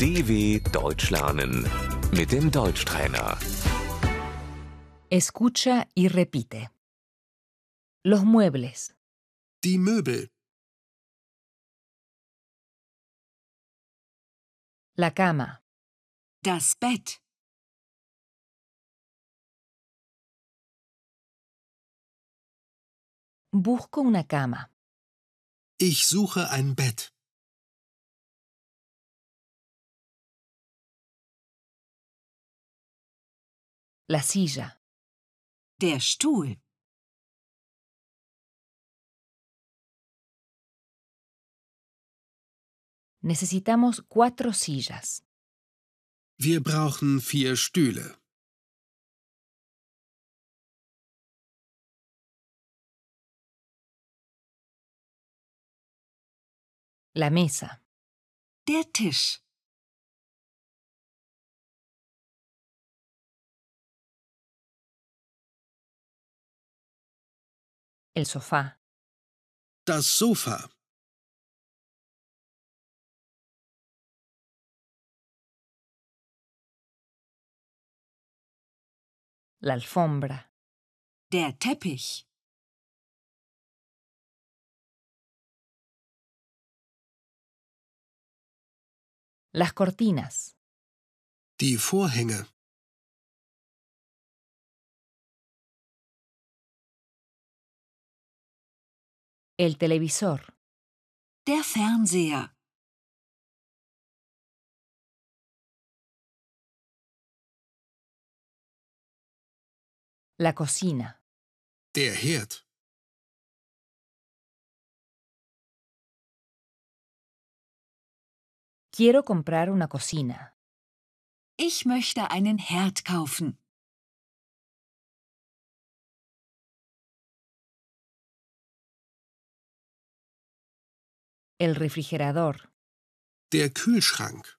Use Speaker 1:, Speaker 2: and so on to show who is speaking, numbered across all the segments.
Speaker 1: DW Deutsch lernen mit dem Deutschtrainer.
Speaker 2: Escucha y repite. Los muebles,
Speaker 3: Die Möbel,
Speaker 2: la cama,
Speaker 4: Das Bett,
Speaker 2: busco una cama,
Speaker 3: ich suche ein Bett,
Speaker 2: la silla,
Speaker 4: der Stuhl,
Speaker 2: necesitamos cuatro sillas,
Speaker 3: wir brauchen vier Stühle,
Speaker 2: la mesa,
Speaker 4: der er Tisch,
Speaker 2: el sofá,
Speaker 3: das Sofa,
Speaker 2: la alfombra,
Speaker 4: der er Teppich,
Speaker 2: las cortinas,
Speaker 3: die Vorhänge,
Speaker 2: el televisor,
Speaker 4: der Fernseher,
Speaker 2: la cocina,
Speaker 3: der Herd,
Speaker 2: quiero comprar una cocina,
Speaker 4: ich möchte einen Herd kaufen,
Speaker 2: el refrigerador,
Speaker 3: der Kühlschrank,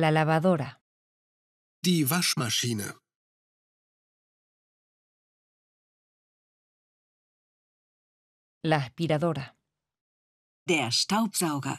Speaker 2: la lavadora,
Speaker 3: die Waschmaschine,
Speaker 2: la aspiradora,
Speaker 4: der Staubsauger,